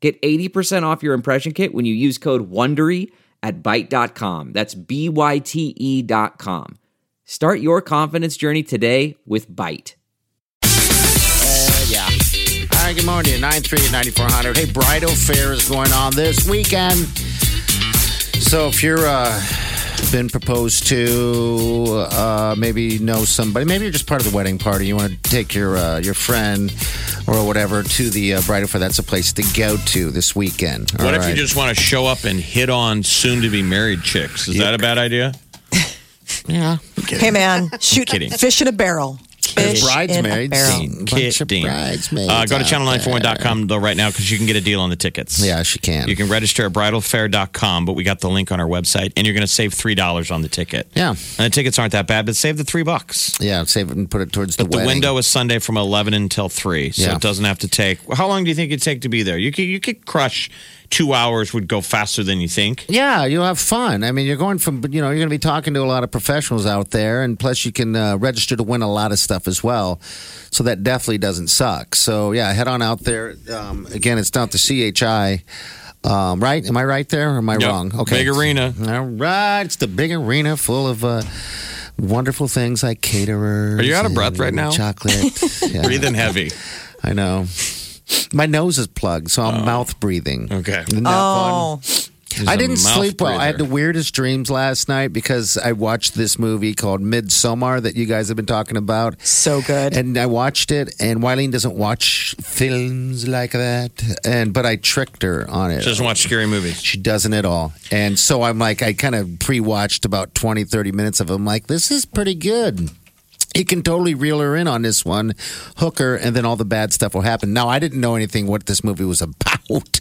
Get 80% off your impression kit when you use code WONDERY at Byte.com. That's B-Y-T-E E dot com. Start your confidence journey today with Byte. Uh, yeah. All right, good morning. 938-9400. Hey, bridal fair is going on this weekend. So if you're uh, been proposed to, uh, maybe know somebody, maybe you're just part of the wedding party. You want to take your uh, your friend or whatever to the uh, bridal fair. That's a place to go to this weekend. All What if right. you just want to show up and hit on soon to be married chicks? Is that a bad idea? yeah? Hey, man, shoot Kidding. fish in a barrel. Fish bridesmaids. In a barrel. Bunch of Kidding. bridesmaids Uh, go to out channel941.com though right now because you can get a deal on the tickets. Yeah, she can. You can register at bridalfair.com, but we got the link on our website, and you're going to save $3 on the ticket. Yeah. And the tickets aren't that bad, but save the three bucks. yeah, save it and put it towards the, But the wedding. window is Sunday from 11 until 3, so Yeah. it doesn't have to take. How long do you think it'd take to be there? You could, you could crush two hours, would go faster than you think. Yeah, you'll have fun. I mean, you're going from, you know, you're going to be talking to a lot of professionals out there, and plus you can uh, register to win a lot of stuff as well. So that definitely doesn't suck. So, yeah, head on out there. Um, again, it's down to CHI, um, right? Am I right there or am I Yep. wrong? Okay. Big arena. All right. It's the big arena full of uh, wonderful things like caterers. Are you out of breath and right now? Chocolate. Yeah, Breathing heavy. I know. My nose is plugged, so I'm mouth breathing. Oh. Okay. Isn't that fun? Oh, He's I a didn't mouth sleep well. I had the breather. weirdest dreams last night because I watched this movie called Midsommar that you guys have been talking about. so good. And I watched it, and Wileen doesn't watch films like that. And but I tricked her on it. She doesn't watch scary movies. She doesn't at all. And so I'm like, I kind of pre watched about 20, 30 minutes of it. I'm like, this is pretty good. You can totally reel her in on this one, hook her, and then all the bad stuff will happen. Now, I didn't know anything what this movie was about.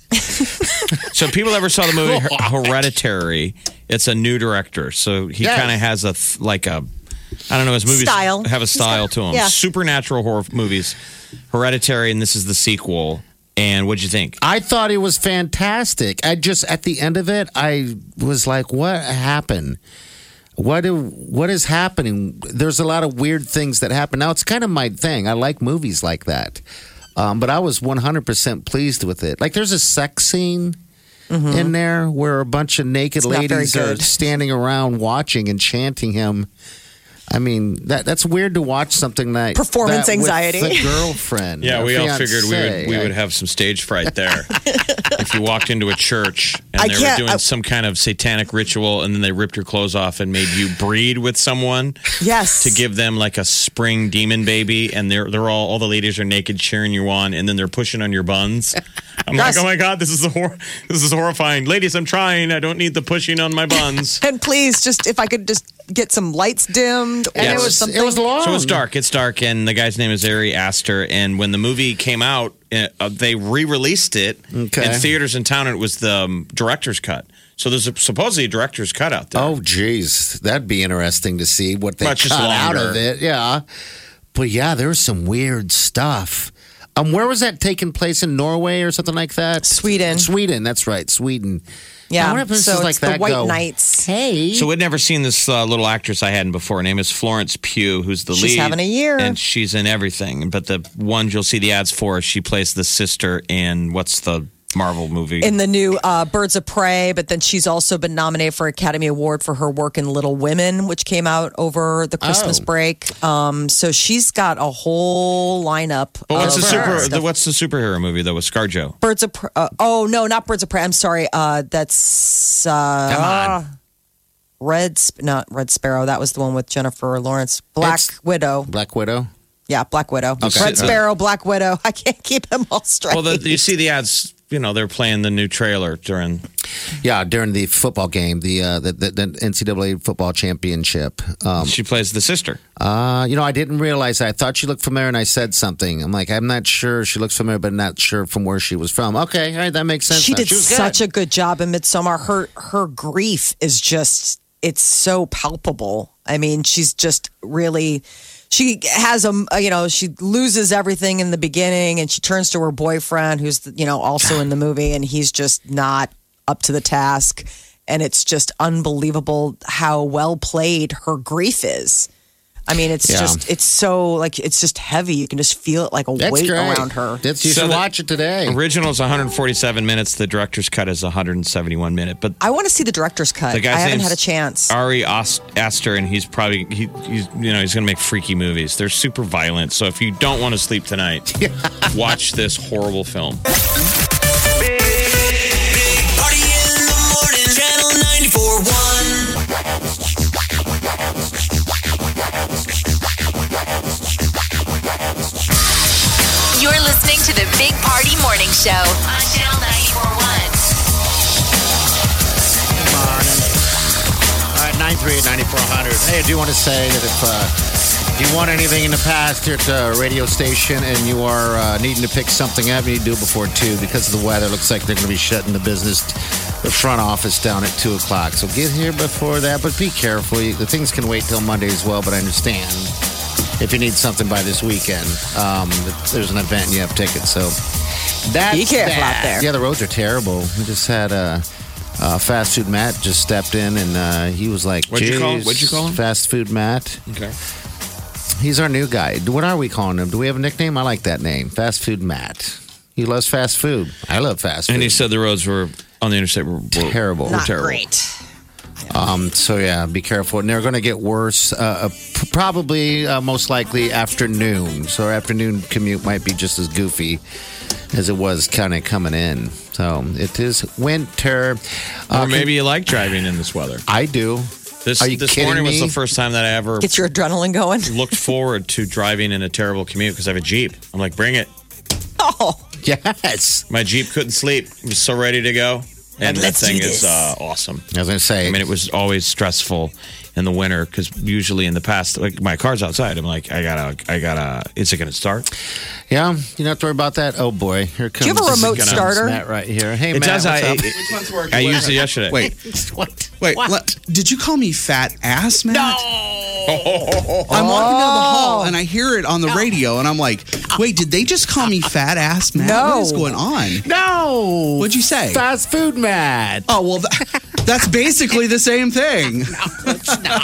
So people ever saw the movie Her- Hereditary? It's a new director, so he Yes. kind of has a th- like a I don't know his movies Style. have a style to him. Yeah. Supernatural horror movies, Hereditary, and this is the sequel. And what'd you think? I thought it was fantastic. I just at the end of it, I was like, "What happened? What do, what is happening?" There's a lot of weird things that happen. Now it's kind of my thing. I like movies like that, um, but I was 100% pleased with it. Like, there's a sex scene in there where a bunch of naked Mm-hmm. It's not very ladies are good. standing around watching and chanting him. I mean, that that's weird to watch something like Performance that with anxiety. the girlfriend. Yeah, or we all figured we would fiancée. we I- would have some stage fright there. if you walked into a church and I they were can't- doing I- some kind of satanic ritual, and then they ripped your clothes off and made you breed with someone yes. to give them like a spring demon baby, and they're they're all all the ladies are naked cheering you on, and then they're pushing on your buns. I'm like, Yes. oh my god, this is the hor- this is horrifying, ladies. I'm trying. I don't need the pushing on my buns. And please, just if I could just get some lights dimmed or And it Yes. was something. it was long. So it's dark. It's dark, and the guy's name is Ari Aster. And when the movie came out, uh, uh, they re-released it Okay. in theaters in town. And it was the um, director's cut. So there's a, supposedly a director's cut out there. Oh, geez, that'd be interesting to see what they Much cut out longer. of it. Yeah, but yeah, there's some weird stuff. Um, where was that taking place in Norway or something like that? Sweden. Sweden. That's right, Sweden. Yeah, I wonder if this so is like it's the that. White go, Knights. Hey. So we'd never seen this uh, little actress I hadn't before. Her name is Florence Pugh, who's the lead. She's having a year. and she's in everything. But the ones you'll see the ads for, she plays the sister in what's the Marvel movie? in the new uh, Birds of Prey, but then she's also been nominated for Academy Award for her work in Little Women, which came out over the Christmas Oh. break. Um, so she's got a whole lineup. but what's of the her Oh, super? stuff. The, what's the superhero movie though with ScarJo? Birds of Pre- uh, oh no, not Birds of Prey. I'm sorry. Uh, that's uh, Come on. Red Sp- not Red Sparrow. That was the one with Jennifer Lawrence. Black It's- Widow. Black Widow. Yeah, Black Widow. Okay. Red Sparrow, Black Widow. I can't keep them all straight. Well, the, you see the ads. You know they're playing the new trailer during Yeah, during the football game, the uh, the, the, the NCAA football championship. Um, She plays the sister. uh, you know, I didn't realize that. I thought she looked familiar, and I said something. I'm like, I'm not sure she looks familiar, but not sure from where she was from. Okay, all right, that makes sense. she now. did was good. such a good job in Midsummer. Her her grief is just it's so palpable. I mean, she's just really she has a you know she loses everything in the beginning, and she turns to her boyfriend, who's you know also in the movie, and he's just not up to the task. And it's just unbelievable how well played her grief is. I mean, it's Yeah. just it's so like it's just heavy. You can just feel it like a That's weight great. around her. That's, you So should the- watch it um, today. Original is 147 minutes. The director's cut is 171 minute. But I want to see the director's cut. the guy's I haven't name's had a chance. Ari Ast- Aster, and he's probably he, he's you know he's going to make freaky movies. They're super violent. So if you don't want to sleep tonight, watch this horrible film. Big party in the morning, channel 94.1. You're listening to the Big Party Morning Show on Channel 941. All right, 938-9400. Hey, I do want to say that if, uh, if you want anything in the past here at the radio station and you are uh, needing to pick something up, you need to do it before 2 because of the weather. It looks like they're going to be shutting the business, the front office down at 2 o'clock. So get here before that, but be careful. You- The things can wait till Monday as well, but I understand if you need something by this weekend. Um, there's an event and you have tickets, so... That's Be careful that. out there. Yeah, the roads are terrible. We just had a... Uh, fast food Matt just stepped in and uh, he was like, What'd you call- "Jeez, what'd you call him?" Fast food Matt. Okay. He's our new guy. What are we calling him? Do we have a nickname? I like that name, Fast Food Matt. He loves fast food. I love fast food. And he said the roads were on the interstate were, were Terrible. Were Not terrible. um, so yeah, be careful. And they're going to get worse. Uh, uh, p- probably, uh, most likely afternoon. So our afternoon commute might be just as goofy as it was kind of coming in. So it is winter. Uh, Or maybe you like driving in this weather. I do. This Are you this kidding morning was the me? first time that I ever Get your adrenaline going. looked forward to driving in a terrible commute because I have a Jeep. I'm like, bring it. Oh, Yes. My Jeep couldn't sleep. I'm so ready to go. And that Let's thing do is this. uh, awesome. I was going to say. I mean, it was always stressful in the winter because usually in the past, like my car's outside. I'm like, I gotta, I gotta. Is it gonna start? Yeah, you don't have to worry about that. Oh boy, here comes. you have a this is remote gonna- starter? Matt right here. Hey, It Matt, does. what's I, up? it, I used it yesterday. Wait, what? wait. let- did you call me fat ass, Matt? No. I'm walking down the hall and I hear it on the radio, and I'm like, wait, did they just call me fat ass, Matt? No. What is going on? No. What'd you say? Fast food, Matt. Oh well, tha- that's basically the same thing. no,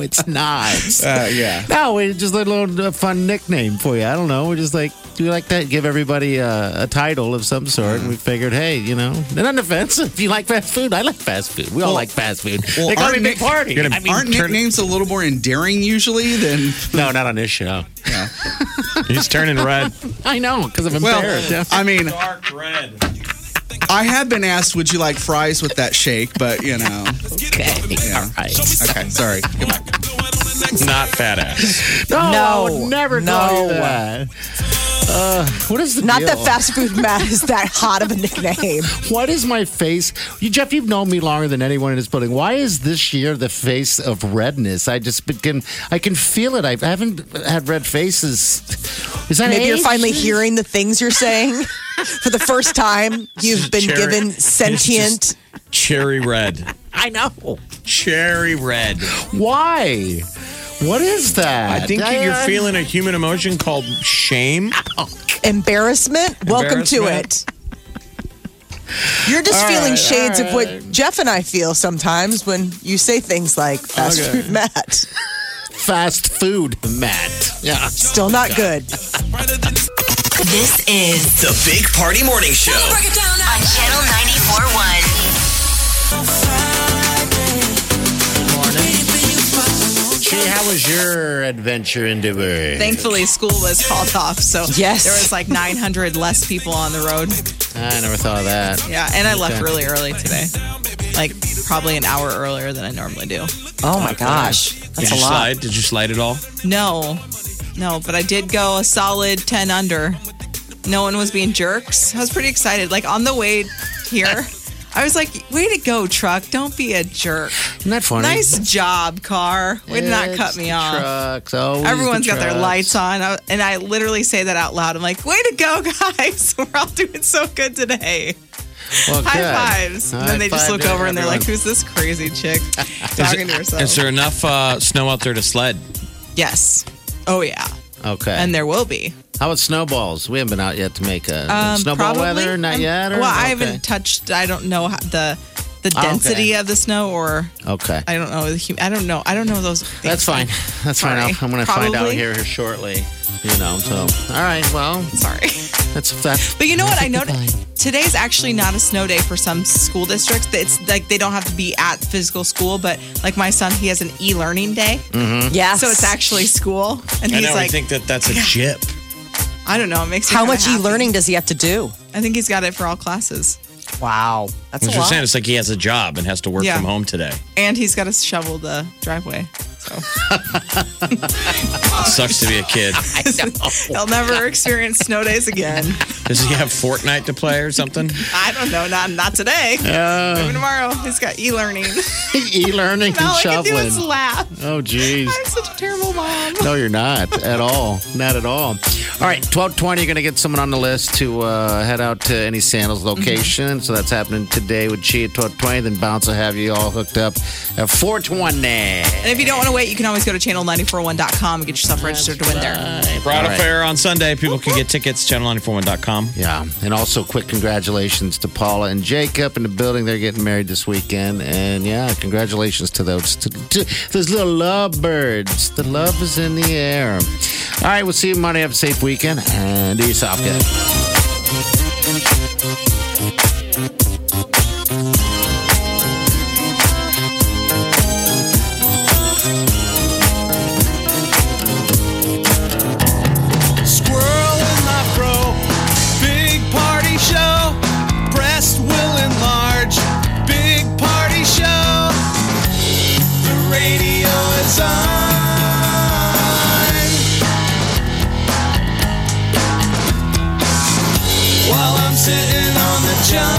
it's not. Uh, yeah. No, it's just a little uh, fun nickname for you. I don't know. We're just like, do you like that? Give everybody uh, a title of some sort. And we figured, hey, you know, they're not offensive. You like fast food? I like fast food. We all like fast food. well, they call me aren't Big nick- Party. You're gonna- I mean, Aren't nicknames a little more endearing usually than? no, not on this show. He's turning red. I know, because I'm Well, embarrassed. Yeah. I mean, Dark red. I have been asked, would you like fries with that shake? But you know, All right. okay, sorry. Not fat ass. No, No. never No. call you that. Uh, what is the not deal? that fast food Matt is that hot of a nickname. What is my face? You, Jeff, you've known me longer than anyone in this building. Why is this year the face of redness? I just begin. I can feel it. I haven't had red faces. Is that Maybe you're age? finally hearing the things you're saying for the first time. You've been Cherry- given it's sentient. just Cherry red. I know. Cherry red. Why? What is that? I think you're feeling a human emotion called shame. Embarrassment? Welcome to it. Embarrassment. You're just feeling shades of all what Jeff and I feel sometimes when you say things like fast Okay. food Matt. fast food, Matt. Yeah. Still not good. This is The Big Party Morning Show. on Channel 941. Gee, how was your adventure into it? Thankfully, school was called off, so Yes. there was like 900 less people on the road. I never thought of that. Yeah, and I left Okay. really early today, like probably an hour earlier than I normally do. Oh my gosh. Did That's you a lot. slide? Did you slide at all? No, no, but I did go a solid 10 under. No one was being jerks. I was pretty excited. Like on the way here, I was like, way to go, truck. Don't be a jerk. Isn't that funny? Nice job, car. Way to not cut me off. Trucks, always the Everyone's got their trucks. lights on. I- And I literally say that out loud. I'm like, way to go, guys. We're all doing so good today. Well, High good. fives. And then they just High look five to over and they're like, everyone. who's this crazy chick talking to herself? Is there enough uh, snow out there to sled? yes. Oh, yeah. Okay. And there will be. How about snowballs? We haven't been out yet to make a Um, snowball probably. weather. Not Um, yet. Or? Well, I Okay. haven't touched. I don't know how, the the Oh, okay. density of the snow, or Okay. I don't know. the hu- I don't know. I don't know those. Things. That's fine. That's fine. Sorry. I'll- I'm going to find out Probably. here shortly. You know. So. All right. Well, Sorry, that's that. but you know what? I noticed today's actually not a snow day for some school districts. It's like they don't have to be at physical school, but like my son, he has an e-learning day, Yes. so it's actually school, and I he's know. I like, think that that's a jip. I don't know. It makes me How kinda much e happy. learning does he have to do? I think he's got it for all classes, Wow. That's What a you're saying? lot. It's like he has a job and has to work Yeah. from home today. and he's got to shovel the driveway. Sucks to be a kid. He'll never experience snow days again. Does he have Fortnite to play or something? I don't know. Not not today. Maybe tomorrow. He's got e-learning. E-learning and All I can do shoveling. is laugh. Oh, jeez. I'm such a terrible mom. No, you're not at all. Not at all. All right, twelve twenty. You're going to get someone on the list to uh, head out to any Sandals location. So that's happening today with Chi at twelve twenty. Then Bounce will have you all hooked up at four twenty. And if you don't want to wait, you can always go to channel941.com and get yourself registered to win there. Brought All a right. fair on Sunday. People can get tickets. Channel941.com. Yeah, and also quick congratulations to Paula and Jacob in the building. They're getting married this weekend, and yeah, congratulations to those to, to those little lovebirds. The love is in the air. All right, we'll see you Monday. Have a safe weekend, and do yourself good. Squirrel in my fro. Big party show. Breast will enlarge. Big party show. The radio is on. While I'm sitting on the john.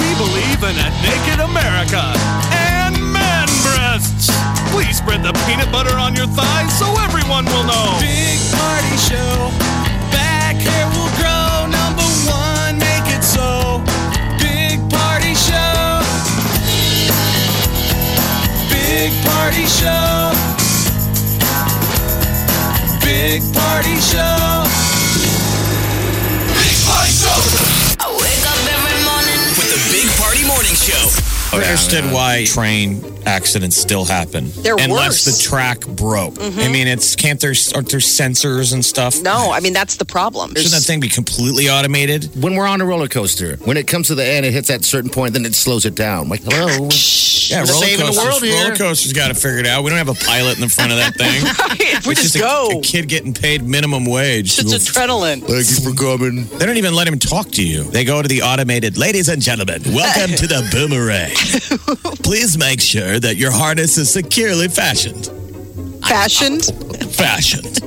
We believe in a naked America and man breasts. Please spread the peanut butter on your thighs so everyone will know. Big party show. Back hair will grow. Number one, make it so. Big party show. Big party show. Big party show. Big party show. I wake up every morning. With the Big Party Morning Show. I understood why train accidents still happen. They're unless worse. Mm-hmm. the track broke. I mean, it's can't there aren't there sensors and stuff? No, I mean, that's the problem. Shouldn't that thing be completely automated? When we're on a roller coaster, when it comes to the end, it hits that certain point, then it slows it down. Like, hello. Yeah, We're saving the world here. roller coasters got to figure it out. We don't have a pilot in the front of that thing. we It's just, a- go. A, kid getting paid minimum wage. it's adrenaline. Thank you for coming. They don't even let him talk to you. They go to the automated, ladies and gentlemen, welcome to the boomerang. Please make sure that your harness is securely fashioned. Fashioned. Fashioned.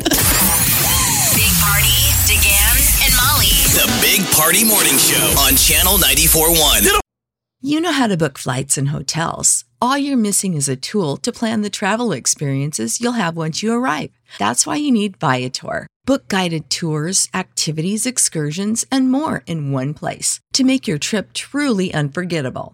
Big Party, DeGan, and Molly. The Big Party Morning Show on Channel 94.1. You know how to book flights and hotels. All you're missing is a tool to plan the travel experiences you'll have once you arrive. That's why you need Viator. Book guided tours, activities, excursions, and more in one place to make your trip truly unforgettable.